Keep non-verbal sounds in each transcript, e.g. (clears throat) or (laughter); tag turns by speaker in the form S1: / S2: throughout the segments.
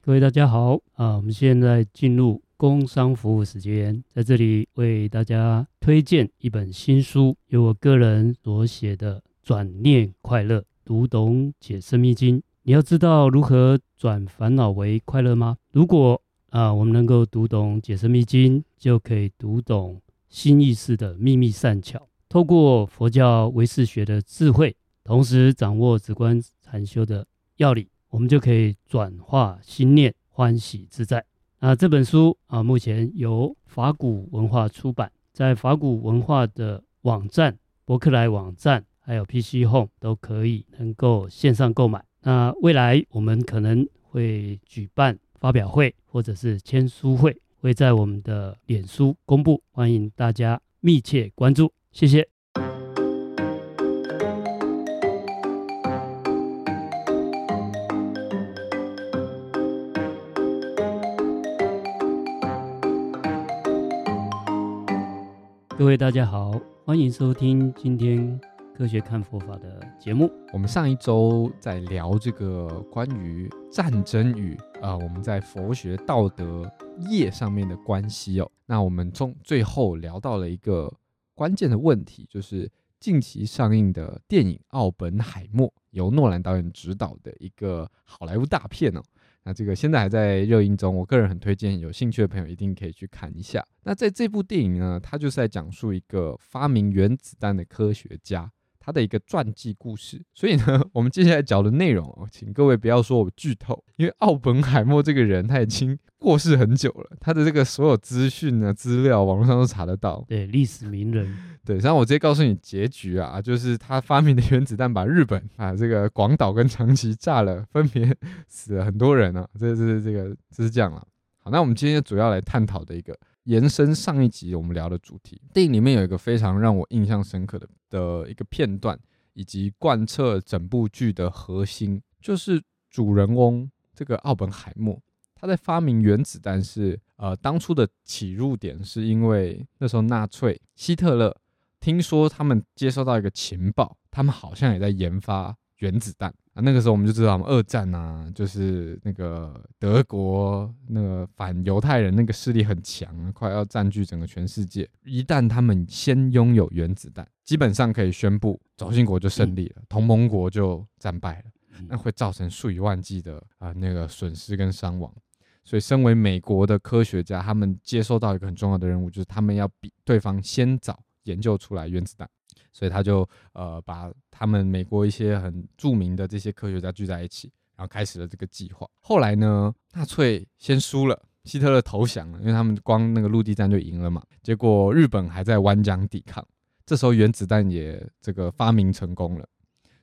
S1: 各位大家好啊！我们现在进入工商服务时间，在这里为大家推荐一本新书，由我个人所写的《转念快乐：读懂解生命经》。你要知道如何转烦恼为快乐吗？如果啊，我们能够读懂解生密经，就可以读懂新意识的秘密善巧。透过佛教唯识学的智慧，同时掌握直观禅修的要领，我们就可以转化心念，欢喜自在。啊，这本书啊，目前由法古文化出版，在法古文化的网站、博客来网站，还有 PC Home 都可以能够线上购买。那未来我们可能会举办发表会或者是签书会，会在我们的脸书公布，欢迎大家密切关注，谢谢。各位大家好，欢迎收听今天《科学看佛法》的节目。
S2: 我们上一周在聊这个关于战争与呃我们在佛学道德业上面的关系哦。那我们中最后聊到了一个关键的问题，就是近期上映的电影《奥本海默》，由诺兰导演执导的一个好莱坞大片哦。那这个现在还在热映中，我个人很推荐，有兴趣的朋友一定可以去看一下。那在这部电影呢，它就是在讲述一个发明原子弹的科学家，他的一个传记故事。所以呢， (laughs) 我们接下来讲的内容哦，请各位不要说我剧透，因为奥本海默这个人他已经过世很久了，他的这个所有资讯呢、资料，网络上都查得到。
S1: 对，历史名人，
S2: 对，然后我直接告诉你结局啊，就是他发明的原子弹把日本啊这个广岛跟长崎炸了，分别 (laughs) 死了很多人啊，这这这个这是这样了。好，那我们今天主要来探讨的一个延伸上一集我们聊的主题，电影里面有一个非常让我印象深刻的的一个片段，以及贯彻整部剧的核心，就是主人翁这个奥本海默，他在发明原子弹是呃当初的起入点是因为那时候纳粹希特勒听说他们接收到一个情报，他们好像也在研发原子弹啊。那个时候我们就知道，我们二战啊，就是那个德国那个反犹太人那个势力很强啊，快要占据整个全世界。一旦他们先拥有原子弹，基本上可以宣布轴心国就胜利了，同盟国就战败了。
S1: 嗯
S2: 那会造成数以万计的啊、那个损失跟伤亡。所以，身为美国的科学家，他们接收到一个很重要的任务，就是他们要比对方先早研究出来原子弹。所以，他就呃把他们美国一些很著名的这些科学家聚在一起，然后开始了这个计划。后来呢，纳粹先输了。希特勒投降了，因为他们光那个陆地战就赢了嘛。结果日本还在顽强抵抗，这时候原子弹也这个发明成功了。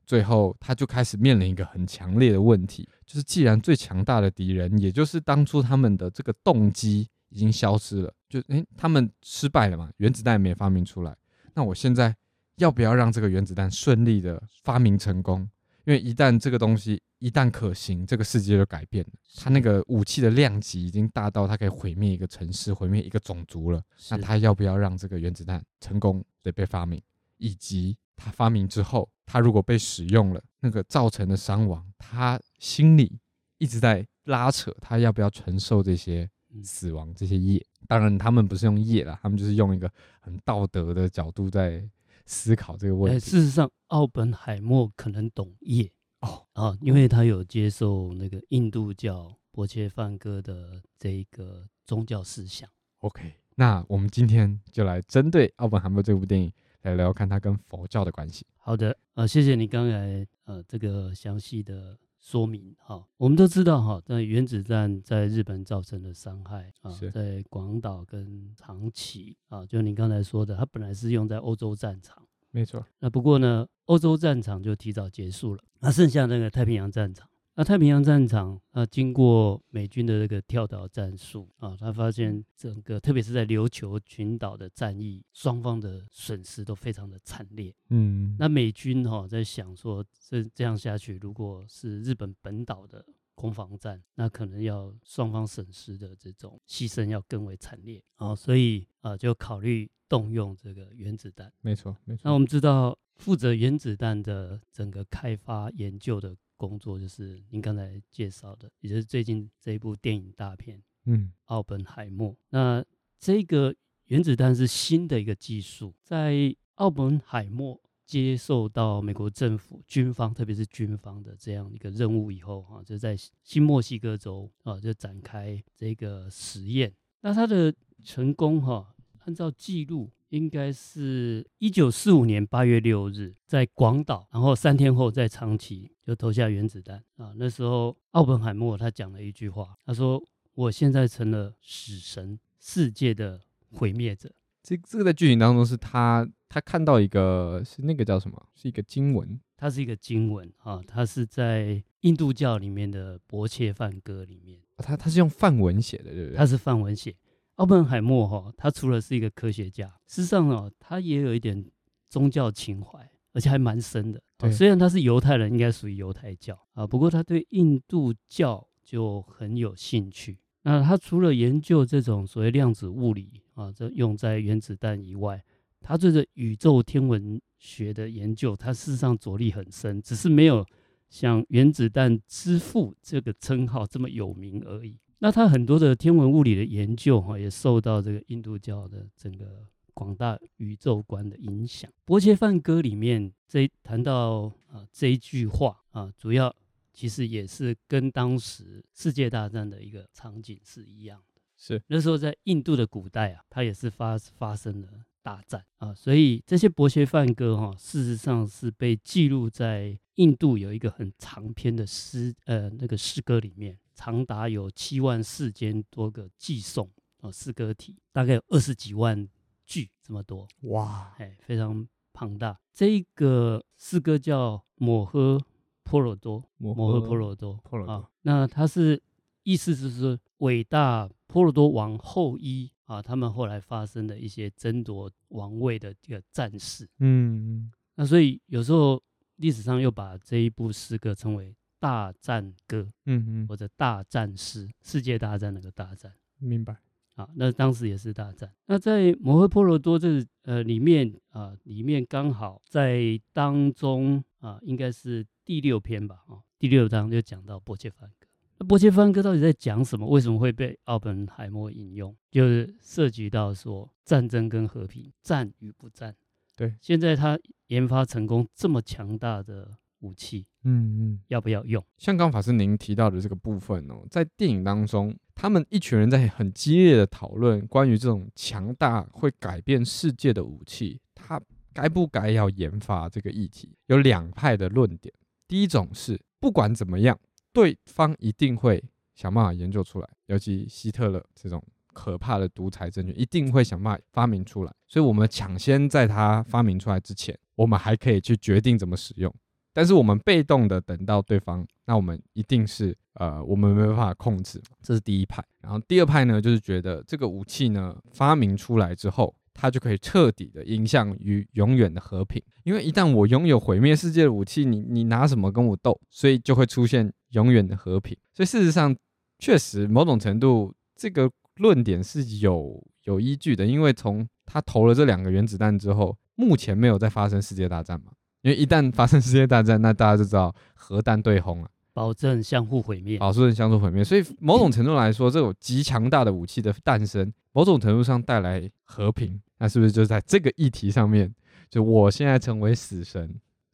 S2: 最后他就开始面临一个很强烈的问题，就是既然最强大的敌人，也就是当初他们的这个动机已经消失了，就诶、他们失败了嘛，原子弹也没发明出来，那我现在要不要让这个原子弹顺利的发明成功？因为一旦这个东西一旦可行，这个世界就改变了。它那个武器的量级已经大到它可以毁灭一个城市、毁灭一个种族了。那
S1: 是
S2: 他要不要让这个原子弹成功的被发明，以及他发明之后，他如果被使用了，那个造成的伤亡，他心里一直在拉扯，他要不要承受这些
S1: 嗯
S2: 死亡、这些业？当然，他们不是用业啦，他们就是用一个很道德的角度在思考这个问
S1: 哎，
S2: 题。
S1: 事实上，奥本海默可能懂业
S2: 哦
S1: 啊，因为他有接受那个印度教伯切梵歌的这一个宗教思想。
S2: OK，那我们今天就来针对《奥本海默》这部电影来聊，看它跟佛教的关系。
S1: 好的，呃，谢谢你刚才呃这个详细的说明哈、我们都知道哈，在、原子弹在日本造成的伤害啊
S2: 是，
S1: 在广岛跟长崎啊，就你刚才说的，它本来是用在欧洲战场。
S2: 没错，
S1: 那不过呢，欧洲战场就提早结束了，那剩下那个太平洋战场。那太平洋战场，啊，经过美军的这个跳岛战术啊，他发现整个，特别是在琉球群岛的战役，双方的损失都非常的惨烈。
S2: 嗯，
S1: 那美军哈、在想说，这这样下去，如果是日本本岛的攻防战，那可能要双方损失的这种牺牲要更为惨烈哦，所以啊、呃就考虑动用这个原子弹。
S2: 没错没
S1: 那
S2: 错
S1: 我。们知道，负责原子弹的整个开发研究的工作，就是您刚才介绍的，也就是最近这一部电影大片《
S2: 嗯，
S1: 奥本海默》。那这个原子弹是新的一个技术，在奥本海默接受到美国政府军方，特别是军方的这样一个任务以后，哈、就在新墨西哥州啊，就展开这个实验。那它的成功哈、按照记录，应该是一九四五年八月六日，在广岛，然后三天后在长崎就投下原子弹啊。那时候奥本海默他讲了一句话，他说：“我现在成了死神，世界的毁灭者。
S2: 这这个在剧情当中是他他看到一个是那个叫什么？是一个经文。”
S1: 它是一个经文啊，它是在印度教里面的《伯切梵歌》里面。
S2: 啊他他是用梵文写的，对不对？
S1: 他是范文写。奥本海默哈、他除了是一个科学家，事实上哦，他也有一点宗教情怀，而且还蛮深的。哦
S2: 对
S1: 虽然他是犹太人，应该属于犹太教啊，不过他对印度教就很有兴趣。那他除了研究这种所谓量子物理啊，这用在原子弹以外，他对这宇宙天文学的研究，他事实上着力很深，只是没有像原子弹之父这个称号这么有名而已。那他很多的天文物理的研究哈、也受到这个印度教的整个广大宇宙观的影响。《伯切梵歌》里面这一谈到啊、这一句话啊、主要其实也是跟当时世界大战的一个场景是一样的。
S2: 是
S1: 那时候在印度的古代啊，它也是发发生了大战啊，所以这些伯学梵歌哈、事实上是被记录在印度有一个很长篇的诗呃那个诗歌里面，长达有七万四千多个寄颂啊诗歌体，大概有二十几万句这么多，
S2: 哇，
S1: 哎，非常庞大。这一个诗歌叫摩诃婆罗多，
S2: 摩
S1: 摩诃
S2: 诃
S1: 婆罗多，
S2: 婆罗多
S1: 啊，那他是意思就是伟大婆罗多王后裔啊，他们后来发生的一些争夺王位的这个战事。
S2: 嗯，
S1: 那所以有时候历史上又把这一部诗歌称为大战歌
S2: 嗯嗯，
S1: 或者大战诗，世界大战那个大战。
S2: 明白。
S1: 啊，那当时也是大战。那在摩诃婆罗多这呃里面啊、里面刚好在当中啊、应该是第六篇吧，哦，第六章就讲到波切梵歌。那波切梵歌到底在讲什么？为什么会被奥本海默引用？就是涉及到说战争跟和平，战与不战。
S2: 对，
S1: 现在他研发成功这么强大的武器，
S2: 嗯嗯，
S1: 要不要用？
S2: 像刚法师您提到的这个部分哦，在电影当中，他们一群人在很激烈的讨论关于这种强大会改变世界的武器，它该不该要研发这个议题，有两派的论点。第一种是不管怎么样，对方一定会想办法研究出来，尤其希特勒这种可怕的独裁政权，一定会想办法发明出来。所以，我们抢先在他发明出来之前，我们还可以去决定怎么使用。但是我们被动的等到对方，那我们一定是呃，我们没办法控制嘛，这是第一派。然后第二派呢，就是觉得这个武器呢发明出来之后，它就可以彻底的影响于永远的和平，因为一旦我拥有毁灭世界的武器，你你拿什么跟我斗？所以就会出现永远的和平。所以事实上，确实某种程度这个论点是有有依据的，因为从他投了这两个原子弹之后，目前没有再发生世界大战嘛。因为一旦发生世界大战，那大家就知道核弹对轰了，
S1: 保证相互毁灭。
S2: 少数人相互毁灭。所以某种程度来说，这种极强大的武器的诞生，某种程度上带来和平。那是不是就在这个议题上面，就我现在成为死神，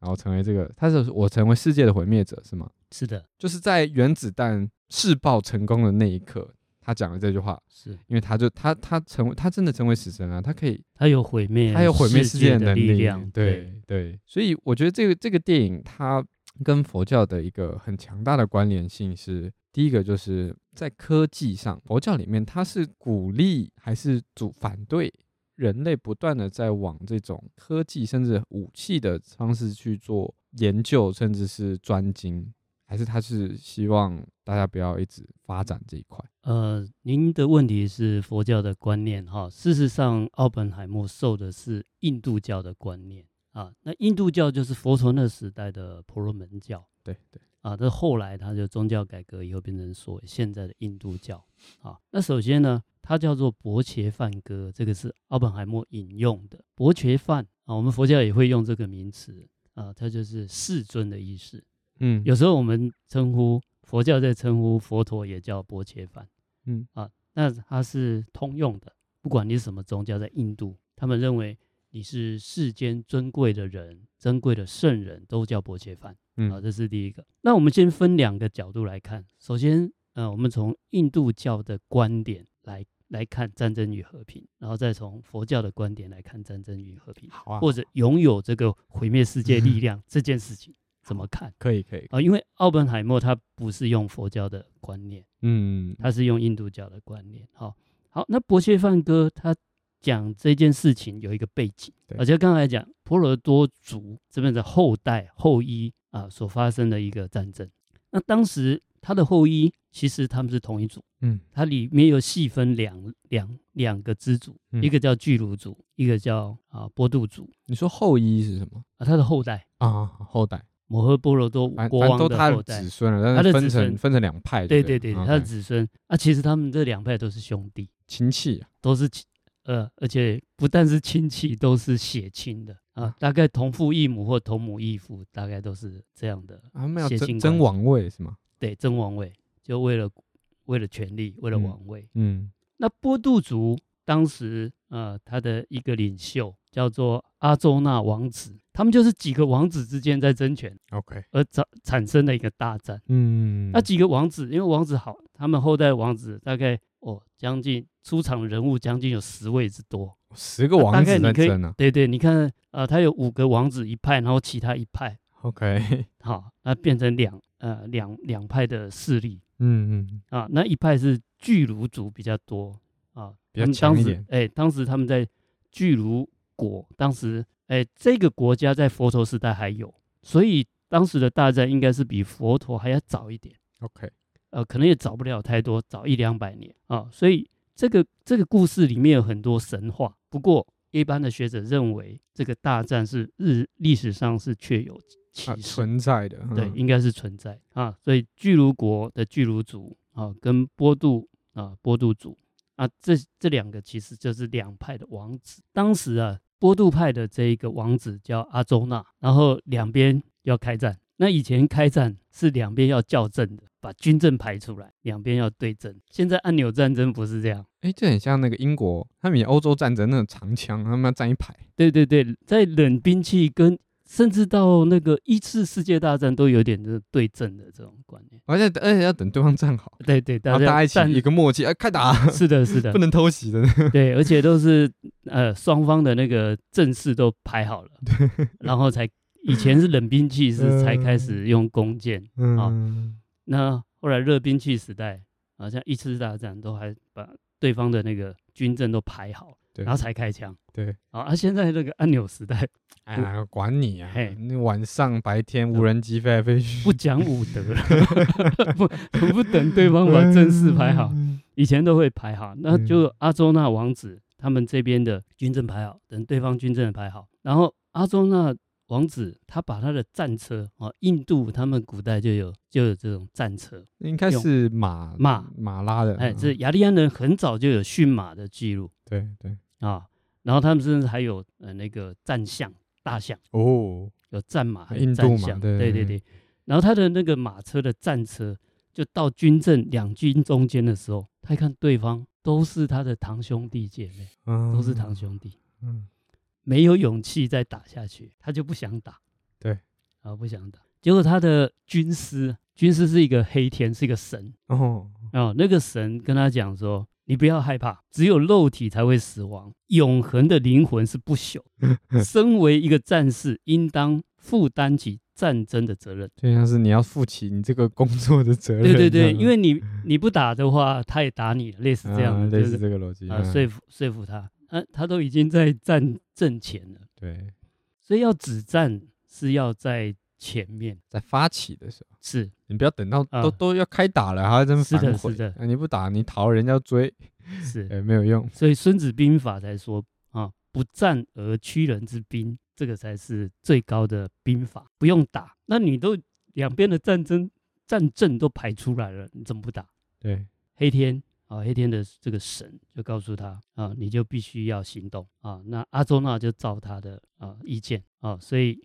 S2: 然后成为这个，他是我成为世界的毁灭者，是吗？
S1: 是的，
S2: 就是在原子弹试爆成功的那一刻，他讲了这句话，
S1: 是
S2: 因为他就他他成为他真的成为死神啊了、他可以
S1: 它有毁灭，
S2: 它有毁灭世界
S1: 的
S2: 能力，
S1: 力量。
S2: 对对，所以我觉得这个这个电影它跟佛教的一个很强大的关联性是，第一个就是在科技上，佛教里面它是鼓励还是主反对人类不断的在往这种科技甚至武器的方式去做研究，甚至是专精，还是他是希望大家不要一直发展这一块？
S1: 呃，您的问题是佛教的观念哈，事实上，奥本海默受的是印度教的观念啊。那印度教就是佛陀那时代的婆罗门教
S2: 对对，
S1: 啊，这后来它就宗教改革以后变成所谓现在的印度教啊。那首先呢，它叫做伯伽梵歌，这个是奥本海默引用的伯伽梵啊，我们佛教也会用这个名词啊，它就是世尊的意思。
S2: 嗯，
S1: 有时候我们称呼佛教在称呼佛陀也叫伯伽梵，
S2: 嗯
S1: 啊，那它是通用的，不管你是什么宗教，在印度，他们认为你是世间尊贵的人、珍贵的圣人，都叫伯伽梵啊，
S2: 嗯
S1: 这是第一个。那我们先分两个角度来看，首先，呃，我们从印度教的观点来来看战争与和平，然后再从佛教的观点来看战争与和平，
S2: 好啊，嗯
S1: 或者拥有这个毁灭世界力量这件事情怎么看？
S2: 可以可以，
S1: 啊，因为奥本海默他不是用佛教的观念，
S2: 嗯，
S1: 他是用印度教的观念。好、好，那伯切梵哥他讲这件事情有一个背景，
S2: 对
S1: 而且刚才讲婆罗多族这边的后代后裔啊所发生的一个战争。那当时他的后裔其实他们是同一族，
S2: 嗯
S1: 它里面有细分两两两个支族，
S2: 嗯
S1: 一个叫巨乳族，一个叫啊波度族
S2: 你说后裔是什么
S1: 啊，他的后代
S2: 啊？后代，
S1: 摩诃波罗多
S2: 反
S1: 国
S2: 反
S1: 王
S2: 正都
S1: 的
S2: 他
S1: 后
S2: 的
S1: 代
S2: 子。孙了，但
S1: 他
S2: 是
S1: 的
S2: 分
S1: 子
S2: 成
S1: 孙
S2: 分成两派就
S1: 对
S2: 了，
S1: 对对，他的
S2: OK
S1: 子孙啊，其实他们这两派都是兄弟，
S2: 亲戚啊，
S1: 都是亲，呃，而且不但是亲戚，都是血亲的
S2: 嗯
S1: 啊，大概同父异母或同母异父，大概都是这样的。
S2: 他们要
S1: 血
S2: 争
S1: 亲
S2: 争
S1: 关
S2: 王位是吗？
S1: 对，争王位就为了为了权力，为了
S2: 嗯
S1: 王位。
S2: 嗯
S1: 那波度族当时呃，他的一个领袖叫做阿周那王子，他们就是几个王子之间在争权，
S2: ，OK，
S1: 而产产生了一个大战。
S2: 嗯，
S1: 那几个王子，因为王子好，他们后代王子大概哦，将近出场人物将近有十位之多。
S2: 十个
S1: 那
S2: 王
S1: 大
S2: 子
S1: 概
S2: 在
S1: 你可以
S2: 争啊
S1: 对对，你看，呃，他有五个王子一派，然后其他一派，
S2: ，OK，
S1: (laughs) 好，那变成两呃两两派的势力
S2: 嗯嗯，
S1: 啊。那一派是巨卢族比较多啊，
S2: 比较
S1: 他们
S2: 强
S1: 当
S2: 一
S1: 时
S2: 点
S1: 哎、当时他们在巨卢国，当时哎、这个国家在佛陀时代还有，所以当时的大战应该是比佛陀还要早一点。
S2: OK，
S1: 呃，可能也找不了太多，找一两百年啊。所以这个这个故事里面有很多神话，不过一般的学者认为这个大战是日历史上是确有其
S2: 啊，
S1: 事，
S2: 存在的，
S1: 对，
S2: 嗯
S1: 应该是存在啊。所以巨卢国的巨卢族啊，跟波度啊波度族啊，这这两个其实就是两派的王子。当时啊，波度派的这一个王子叫阿周那，然后两边要开战。那以前开战是两边要校正的，把军政排出来，两边要对阵。现在按钮战争不是这样，
S2: 哎，这很像那个英国，他们以前欧洲战争那种长枪，他们要站一排，
S1: 对对对，在冷兵器跟甚至到那个一次世界大战都有点这对阵的这种观念。
S2: 而且而且要等对方站好，
S1: 对对，大
S2: 然后啊大
S1: 家
S2: 家一起
S1: 战啊
S2: 一个默契，哎，开打， (laughs)
S1: 是的，是的
S2: 不，能偷袭的，
S1: 对，而且都是呃双方的那个阵势都排好了，然后才以前是冷兵器是才开始用弓箭，
S2: 嗯，
S1: 那后来热兵器时代，好像一次大战都还把对方的那个军阵都排好，
S2: 对
S1: 然后才开枪。
S2: 对，
S1: 好啊，现在那个按钮时代
S2: 哎呀，管你啊
S1: 嘿，嗯
S2: 那晚上白天无人机飞来飞去，
S1: 不讲武
S2: (laughs)
S1: 德 (laughs) 了，不不等对方把阵势排好，以前都会排好，
S2: 嗯
S1: 那就阿周那王子他们这边的军阵排好，等对方军阵排好，然后阿周那王子他把他的战车啊，印度他们古代就有就有这种战车，
S2: 应该
S1: 用
S2: 是马
S1: 马
S2: 马拉的，
S1: 哎，
S2: 嗯
S1: 这雅利安人很早就有驯马的记录
S2: 对对
S1: 啊，然后他们甚至还有呃那个战象大象。
S2: 哦，
S1: 有战马还
S2: 印
S1: 有
S2: 度
S1: 战
S2: 嘛
S1: 象，
S2: 对
S1: 对
S2: 对对
S1: 对。然后他的那个马车的战车，就到军阵两军中间的时候，他一看对方都是他的堂兄弟姐妹，
S2: 嗯
S1: 都是堂，兄弟，
S2: 嗯，
S1: 没有勇气再打下去，他就不想打。
S2: 对，
S1: 啊不想打。结果他的军师，军师是一个黑天，是一个神
S2: 哦，
S1: 啊、那个神跟他讲说。你不要害怕，只有肉体才会死亡，永恒的灵魂是不
S2: (laughs)
S1: 朽。身为一个战士，应当负担起战争的责任。
S2: 就像是你要负起你这个工作的责任一
S1: 对对
S2: 样，
S1: 对，因为你你不打的话，他也打你，类似这样
S2: 啊
S1: 的，
S2: 类
S1: 就
S2: 似
S1: 是
S2: 这个逻辑
S1: 啊
S2: 嗯
S1: 说服说服他，啊，他都已经在战阵前了，
S2: 对，
S1: 所以要止战是要在前面，
S2: 在发起的时候。
S1: 是
S2: 你不要等到都
S1: 啊
S2: 都要开打了，还在那边
S1: 是的
S2: 反悔。
S1: 是的
S2: 啊你不打，你逃，人家追，
S1: 是，
S2: 哎，没有用。
S1: 所以《孙子兵法》才说啊，不战而屈人之兵，这个才是最高的兵法，不用打，那你都两边的战争战阵都排出来了，你怎么不打？
S2: 对，
S1: 黑天啊，黑天的这个神就告诉他啊，你就必须要行动啊。那阿周那就照他的啊意见啊，所以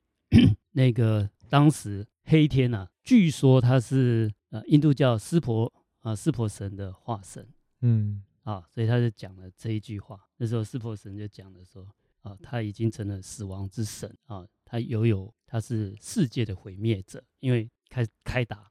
S1: (clears throat) 那个当时黑天啊，据说他是呃印度教湿婆啊湿婆神的化身
S2: 嗯，
S1: 啊，所以他就讲了这一句话。那时候湿婆神就讲了说啊，他已经成了死亡之神啊，他犹有他是世界的毁灭者，因为开开打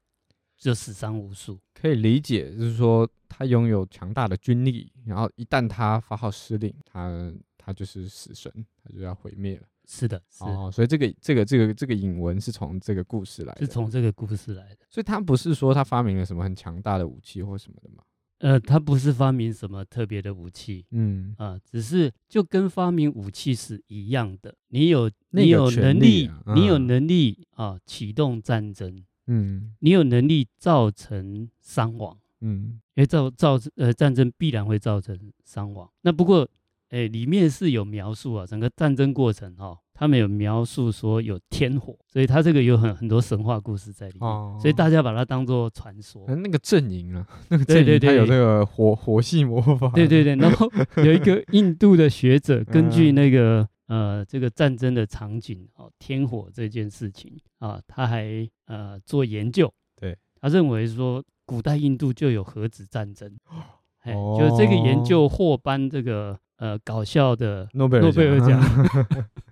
S1: 就死伤无数。
S2: 可以理解，就是说他拥有强大的军力，然后一旦他发号施令，他他就是死神，他就要毁灭了。
S1: 是的，是的。
S2: 哦，所以这个这个这个这个引文是从这个故事来的，
S1: 是从这个故事来的。
S2: 所以他不是说他发明了什么很强大的武器或什么的嘛？
S1: 呃，他不是发明什么特别的武器
S2: 嗯，
S1: 啊、只是就跟发明武器是一样的。你有
S2: 那
S1: 你
S2: 个
S1: 有
S2: 权
S1: 能
S2: 利
S1: 力，
S2: 啊
S1: 你有
S2: 嗯
S1: 能力啊、启动战争，
S2: 嗯
S1: 你有能力造成伤亡，
S2: 嗯
S1: 因为造造呃战争必然会造成伤亡。那不过，哎，里面是有描述啊，整个战争过程哈、哦，他们有描述说有天火，所以它这个有很很多神话故事在里面，
S2: 哦，
S1: 所以大家把它当做传说。
S2: 呃那个阵营啊， (laughs) 那个
S1: 对
S2: 阵
S1: 对
S2: 营他有
S1: 对
S2: 这个火火系魔法，
S1: 对对对，然后
S2: (laughs)
S1: 有一个印度的学者，根据
S2: 嗯
S1: 那个呃这个战争的场景哦，天火这件事情啊，他还呃做研究，
S2: 对，
S1: 他认为说古代印度就有核子战
S2: (gasps)
S1: 争，哎，
S2: 哦
S1: 就这个研究获颁这个呃搞笑的
S2: 诺贝尔
S1: 诺贝尔奖，
S2: (laughs)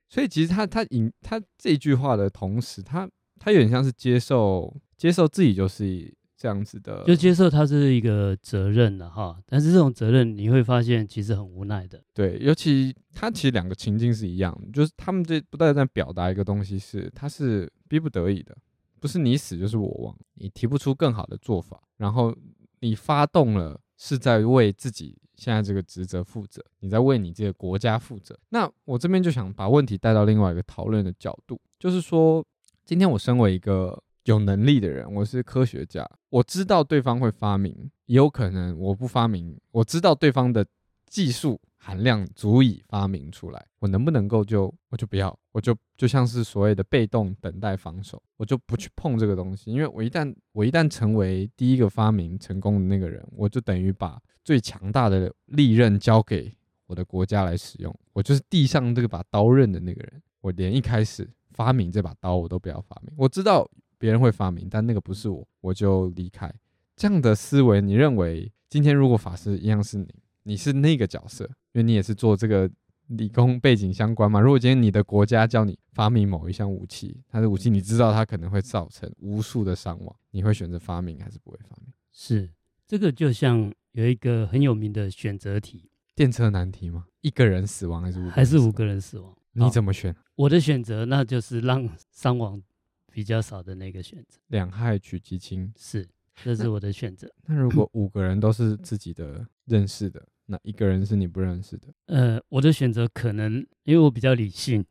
S2: 所以其实他他引他这句话的同时，他他有点像是接受接受自己就是这样子的，
S1: 就接受它是一个责任了哈，但是这种责任你会发现其实很无奈的，
S2: 对，尤其他其实两个情境是一样的，就是他们这不断在表达一个东西是，他是逼不得已的，不是你死就是我亡，你提不出更好的做法，然后你发动了。是在为自己现在这个职责负责，你在为你这个国家负责。那我这边就想把问题带到另外一个讨论的角度，就是说，今天我身为一个有能力的人，我是科学家，我知道对方会发明，也有可能我不发明，我知道对方的技术含量足以发明出来，我能不能够就我就不要，我就就像是所谓的被动等待防守，我就不去碰这个东西，因为我一旦我一旦成为第一个发明成功的那个人，我就等于把最强大的利刃交给我的国家来使用，我就是递上这个把刀刃的那个人，我连一开始发明这把刀我都不要发明，我知道别人会发明，但那个不是我，我就离开。这样的思维，你认为今天如果法师一样是你？你是那个角色，因为你也是做这个理工背景相关嘛。如果今天你的国家叫你发明某一项武器，它的武器你知道它可能会造成无数的伤亡，你会选择发明还是不会发明？
S1: 是这个就像有一个很有名的选择题。
S2: 电车难题吗？一个人死亡还是五个人
S1: 还是
S2: 死
S1: 五
S2: 亡？
S1: 个人死亡。
S2: 你
S1: 么？
S2: 怎么选？
S1: 我的选择那就是让伤亡比较少的那个选择，
S2: 两害取其轻。
S1: 是，这是我的选择。
S2: 那如果五个人都是自己的认识的，那一个人是你不认识的
S1: 呃，我的选择可能因为我比较理性，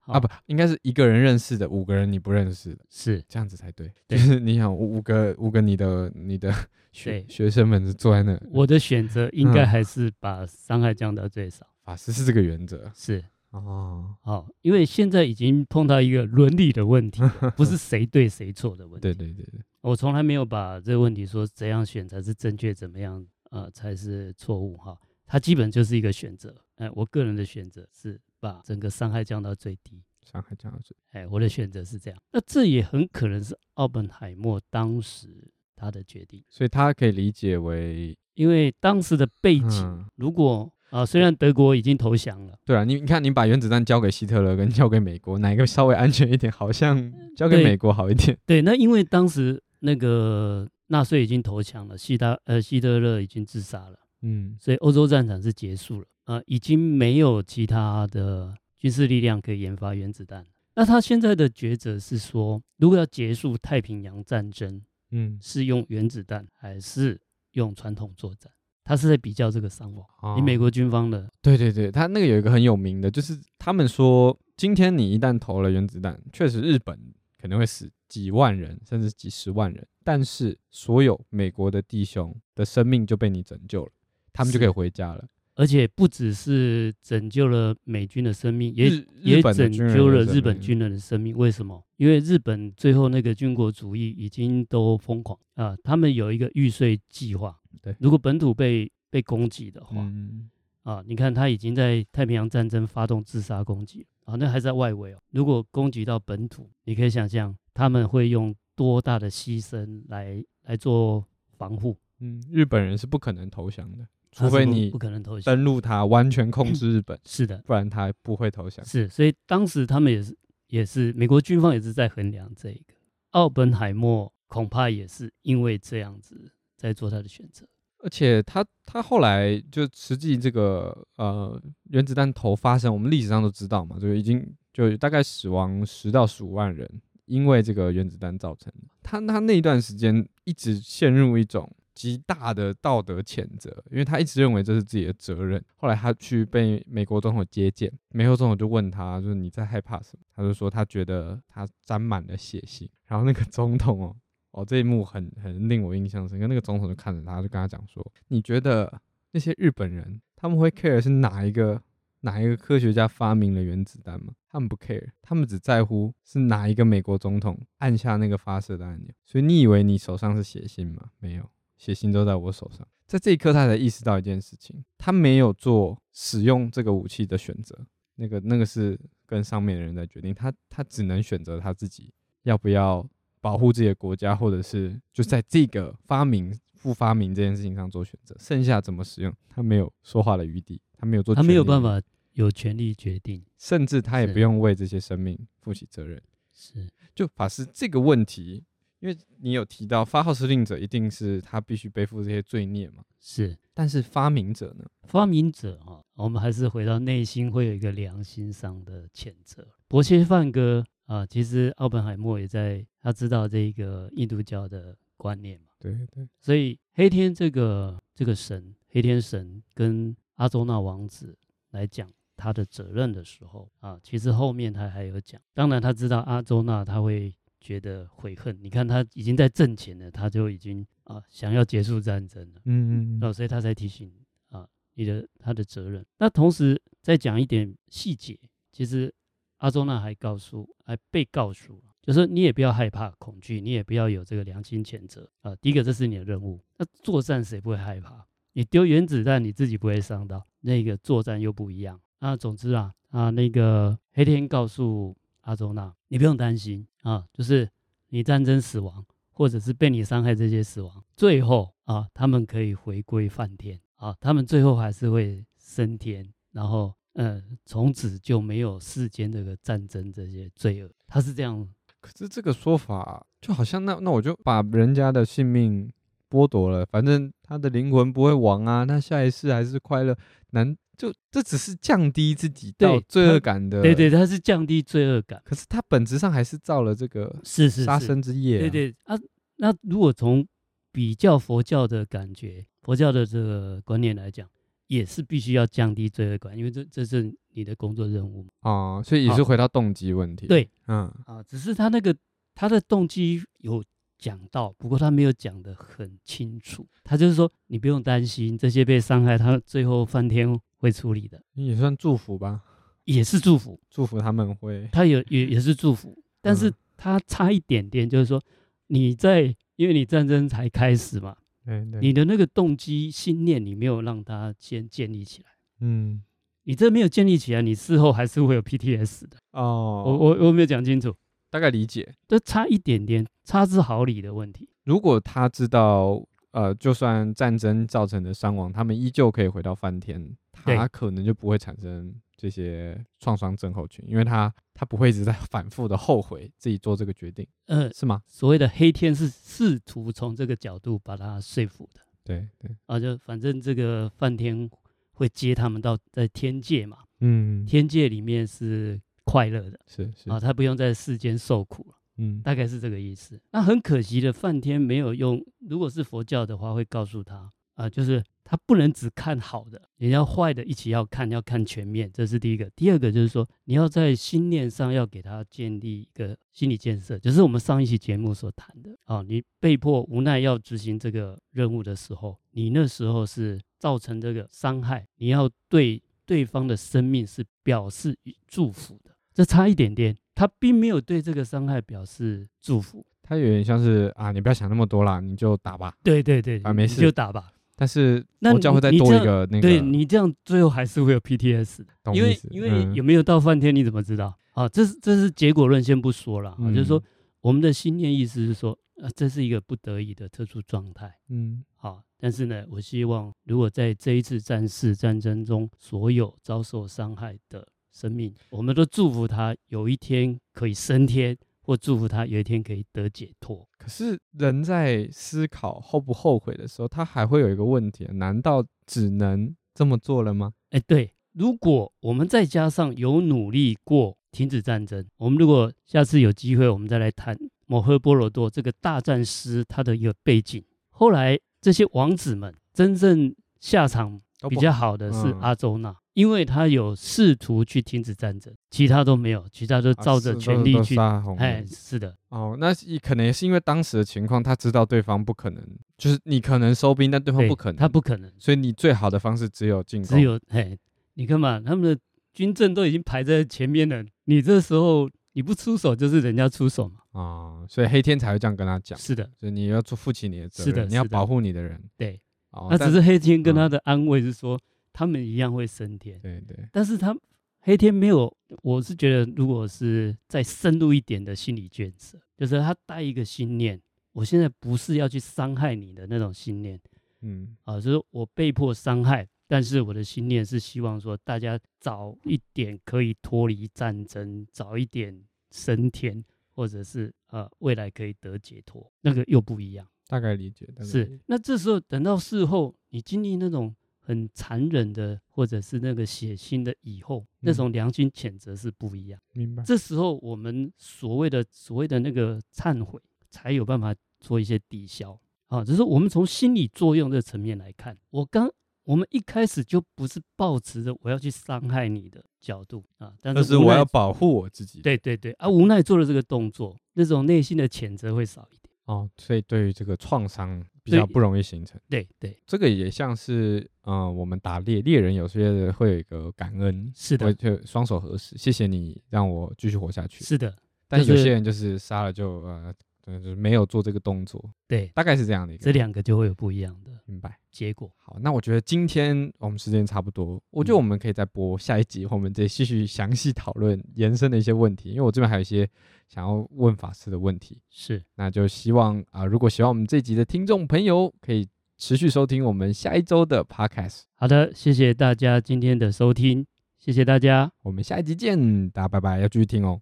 S1: 好哦
S2: 啊？不，应该是一个人认识的，五个人你不认识的。
S1: 是
S2: 这样子才对。
S1: 对
S2: 就是你想五五个五个你的你的学
S1: 对
S2: 学生们是坐在那，
S1: 我的选择应该
S2: 嗯
S1: 还是把伤害降到最少。
S2: 法师是这个原则
S1: 是，
S2: 哦。
S1: 好，因为现在已经碰到一个伦理的问题了，不是谁对谁错的问题。
S2: 对对对对，
S1: 我从来没有把这个问题说怎样选才是正确，怎么样呃才是错误哈。它基本就是一个选择。哎、我个人的选择是把整个伤害降到最低。
S2: 上海这样子，
S1: 哎、我的选择是这样。那这也很可能是奥本海默当时他的决定，
S2: 所以他可以理解为，
S1: 因为当时的背景，
S2: 嗯，
S1: 如果啊、虽然德国已经投降了，
S2: 对啊，你你看，你把原子弹交给希特勒跟交给美国，哪一个稍微安全一点？好像交给
S1: 对
S2: 美国好一点。
S1: 对，那因为当时那个纳粹已经投降了，希达呃希特勒已经自杀了。
S2: 嗯
S1: 所以欧洲战场是结束了，呃，已经没有其他的军事力量可以研发原子弹了。那他现在的抉择是说，如果要结束太平洋战争，
S2: 嗯，
S1: 是用原子弹还是用传统作战？他是在比较这个伤亡。
S2: 哦
S1: 你美国军方的
S2: 对对对，他那个有一个很有名的，就是他们说，今天你一旦投了原子弹，确实日本可能会死几万人，甚至几十万人，但是所有美国的弟兄的生命就被你拯救了，他们就可以
S1: 是
S2: 回家了。
S1: 而且不只是拯救了美军的生命，也
S2: 日
S1: 也
S2: 日本的
S1: 拯
S2: 军人
S1: 救
S2: 的
S1: 了
S2: 生
S1: 日本
S2: 命
S1: 军人的生命。为什么？因为日本最后那个军国主义已经都疯狂啊，他们有一个玉碎计划。
S2: 对
S1: 如果本土被被攻击的话，
S2: 嗯，
S1: 啊，你看他已经在太平洋战争发动自杀攻击啊，那还在外围哦。如果攻击到本土，你可以想象他们会用多大的牺牲来来做防护，
S2: 嗯，日本人是不可能投降的，
S1: 他
S2: 除
S1: 是
S2: 非
S1: 不
S2: 你
S1: 不可能投降。
S2: 登陆他完全控制日本，
S1: 是的，
S2: 不然他不会投降。
S1: 是，所以当时他们也是也是美国军方也是在衡量这一个。奥本海默恐怕也是因为这样子在做他的选择。
S2: 而且他他后来就实际这个呃原子弹头发生，我们历史上都知道嘛，就已经就大概死亡十到十五万人，因为这个原子弹造成的。他他那一段时间一直陷入一种极大的道德谴责，因为他一直认为这是自己的责任。后来他去被美国总统接见，美国总统就问他，就是你在害怕什么？他就说他觉得他沾满了血腥。然后那个总统哦，哦，这一幕很很令我印象深刻。那个总统就看着他，就跟他讲说：“你觉得那些日本人他们会 care 是哪一个哪一个科学家发明了原子弹吗？他们不 care，他们只在乎是哪一个美国总统按下那个发射的按钮。所以你以为你手上是血腥吗？没有，血腥都在我手上。”在这一刻，他才意识到一件事情：他没有做使用这个武器的选择。那个那个是跟上面的人在决定，他他只能选择他自己要不要保护自己的国家，或者是就在这个发明不发明这件事情上做选择，剩下怎么使用，他没有说话的余地，他没有做，
S1: 他没有办，法有权利决定。
S2: 甚至他也
S1: 是
S2: 不用为这些生命负起责任。
S1: 是
S2: 就法师这个问题，因为你有提到发号施令者一定是他必须背负这些罪孽嘛，
S1: 是，
S2: 但是发明者呢？
S1: 发明者哈、我们还是回到内心会有一个良心上的谴责。伯切范哥啊，其实奥本海默也在，他知道这个印度教的观念嘛，
S2: 对对，
S1: 所以黑天这个这个神，黑天神跟阿周那王子来讲他的责任的时候啊，其实后面他还有讲，当然他知道阿周那他会觉得悔恨，你看他已经在挣钱了，他就已经啊想要结束战争了。
S2: 嗯
S1: 哦，所以他才提醒啊你的他的责任。那同时再讲一点细节，其实阿周那还告诉，还被告诉，就是你也不要害怕恐惧，你也不要有这个良心谴责啊。第一个，这是你的任务。那作战谁不会害怕？你丢原子弹，你自己不会伤到，那个作战又不一样。啊，总之啊啊，那个黑天告诉阿周那，你不用担心啊，就是你战争死亡，或者是被你伤害这些死亡，最后啊，他们可以回归梵天啊，他们最后还是会升天，然后呃，从此就没有世间这个战争这些罪恶，他是这样，
S2: 可是这个说法就好像那那我就把人家的性命剥夺了，反正他的灵魂不会亡啊，他下一世还是快乐。难就这只是降低自己
S1: 对
S2: 到罪
S1: 他
S2: 恶感的，
S1: 对对，。他是降低罪恶感，
S2: 可是他本质上还是造了这个
S1: 是是
S2: 杀
S1: 是
S2: 生之业、啊，
S1: 对对啊，那如果从比较佛教的感觉，佛教的这个观念来讲，也是必须要降低罪恶感，因为这这是你的工作任务嘛。
S2: 啊、所以也是
S1: 好
S2: 回到动机问题。
S1: 对，
S2: 嗯，
S1: 啊，只是他那个他的动机有讲到，不过他没有讲得很清楚。他就是说，你不用担心这些被伤害，他最后翻天会处理的，
S2: 也算祝福吧，
S1: 也是祝福，
S2: 祝福他们会
S1: 他也也也是祝福，但是
S2: 嗯
S1: 他差一点点，就是说你在因为你战争才开始嘛，
S2: 对对，
S1: 你的那个动机信念你没有让他先建立起来。
S2: 嗯
S1: 你这没有建立起来，你事后还是会有 PTS 的。
S2: 哦，
S1: 我我我没有讲清楚，
S2: 大概理解。
S1: 这差一点点，差之毫厘的问题。
S2: 如果他知道，呃，就算战争造成的伤亡，他们依旧可以回到梵天，
S1: 对
S2: 他可能就不会产生这些创伤症候群，因为他他不会一直在 (laughs) 反复的后悔自己做这个决定，
S1: 呃，
S2: 是吗？
S1: 所谓的黑天是试图从这个角度把他说服的
S2: 对对，
S1: 啊，就反正这个梵天会接他们到在天界嘛，
S2: 嗯，
S1: 天界里面是快乐的
S2: 是是，
S1: 啊，他不用在世间受苦了，
S2: 嗯
S1: 大概是这个意思。那很可惜的，梵天没有用，如果是佛教的话，会告诉他啊，就是。它不能只看好的，也要坏的一起要看，要看全面，这是第一个。第二个就是说，你要在心念上要给他建立一个心理建设，就是我们上一期节目所谈的啊。你被迫无奈要执行这个任务的时候，你那时候是造成这个伤害，你要对对方的生命是表示祝福的。这差一点点，他并没有对这个伤害表示祝福。
S2: 他有点像是啊，你不要想那么多啦，你就打吧。
S1: 对对对，
S2: 啊没事
S1: 你就打吧。
S2: 但是
S1: 那
S2: 佛教会再
S1: 你
S2: 多一
S1: 这样
S2: 个那个，
S1: 对你这样最后还是会有 PTS 的。
S2: 懂
S1: 因
S2: 意
S1: 为
S2: 思
S1: 因为
S2: 嗯
S1: 有没有到饭店，你怎么知道啊？这是这是结果论，先不说了、啊，就是说
S2: 嗯
S1: 我们的心念意思是说，啊，这是一个不得已的特殊状态。
S2: 嗯
S1: 好，但是呢，我希望如果在这一次战事战争中，所有遭受伤害的生命，我们都祝福他有一天可以升天，或祝福他有一天可以得解脱。
S2: 可是人在思考后不后悔的时候，他还会有一个问题：难道只能这么做了吗？
S1: 哎，对，如果我们再加上有努力过停止战争，我们如果下次有机会，我们再来谈摩诃波罗多这个大战师他的一个背景。后来这些王子们真正下场
S2: 都不
S1: 比较好的是
S2: 嗯
S1: 阿周那，因为他有试图去停止战争，其他都没有，其他都
S2: 啊
S1: 照着
S2: 是
S1: 权
S2: 都
S1: 力
S2: 都
S1: 去。
S2: 杀红
S1: 哎，
S2: 人
S1: 是的，
S2: 哦，那是可能也是因为当时的情况，他知道对方不可能，就是你可能收兵，但对方
S1: 对
S2: 不可能，
S1: 他不可能，
S2: 所以你最好的方式只有进攻，
S1: 只有哎，你看嘛，他们的军阵都已经排在前面了，你这时候你不出手就是人家出手嘛。
S2: 啊、所以黑天才会这样跟他讲，
S1: 是的，
S2: 所以你要做负起你的责
S1: 是
S2: 任，
S1: 的
S2: 你要
S1: 是的
S2: 保护你的人。
S1: 对，
S2: 哦，
S1: 那只
S2: 但
S1: 是黑天跟
S2: 嗯
S1: 他的安慰是说，他们一样会升天，
S2: 对对，
S1: 但是他黑天没有，我是觉得如果是再深入一点的心理建设，就是他带一个信念，我现在不是要去伤害你的那种信念
S2: 嗯，
S1: 啊，就是我被迫伤害。但是我的信念是希望说，大家早一点可以脱离战争，早一点升天，或者是呃未来可以得解脱，那个又不一样。
S2: 大概理解，大概理
S1: 是
S2: 解，
S1: 那这时候等到事后，你经历那种很残忍的，或者是那个血腥的以后，那
S2: 嗯
S1: 种良心谴责是不一样。
S2: 明白。
S1: 这时候我们所谓的所谓的那个忏悔，才有办法做一些抵消啊。只是我们从心理作用这层面来看，我刚我们一开始就不是抱持着我要去伤害你的角度啊，但
S2: 但
S1: 是
S2: 是
S1: 无
S2: 我
S1: 奈
S2: 要保护我自己。
S1: 对对对啊，无奈做了这个动作，那种内心的谴责会少一点。
S2: 哦，所以对于这个创伤比
S1: 对
S2: 较不容易形成。
S1: 对对，
S2: 这个也像是，嗯、我们打猎，猎人有些会有一个感恩，
S1: 是
S2: 会
S1: 的，
S2: 就双手合十，谢谢你让我继续活下去。
S1: 是的，
S2: 但
S1: 就
S2: 有
S1: 是
S2: 些人就是杀了就呃，对就是没有做这个动作，
S1: 对。
S2: 大概是这样的一
S1: 这
S2: 个。
S1: 两个就会有不一样的
S2: 明白。
S1: 结果。
S2: 好，那我觉得今天我们时间差不多，我觉得
S1: 嗯
S2: 我们可以再播下一集，我们再继续详细讨论延伸的一些问题，因为我这边还有一些想要问法师的问题。
S1: 是，
S2: 那就希望啊、如果喜欢我们这集的听众朋友，可以持续收听我们下一周的 podcast。
S1: 好的，谢谢大家今天的收听，谢谢大家， (laughs)
S2: 我们下一集见，大家拜拜，要继续听哦。，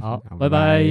S1: 好拜拜。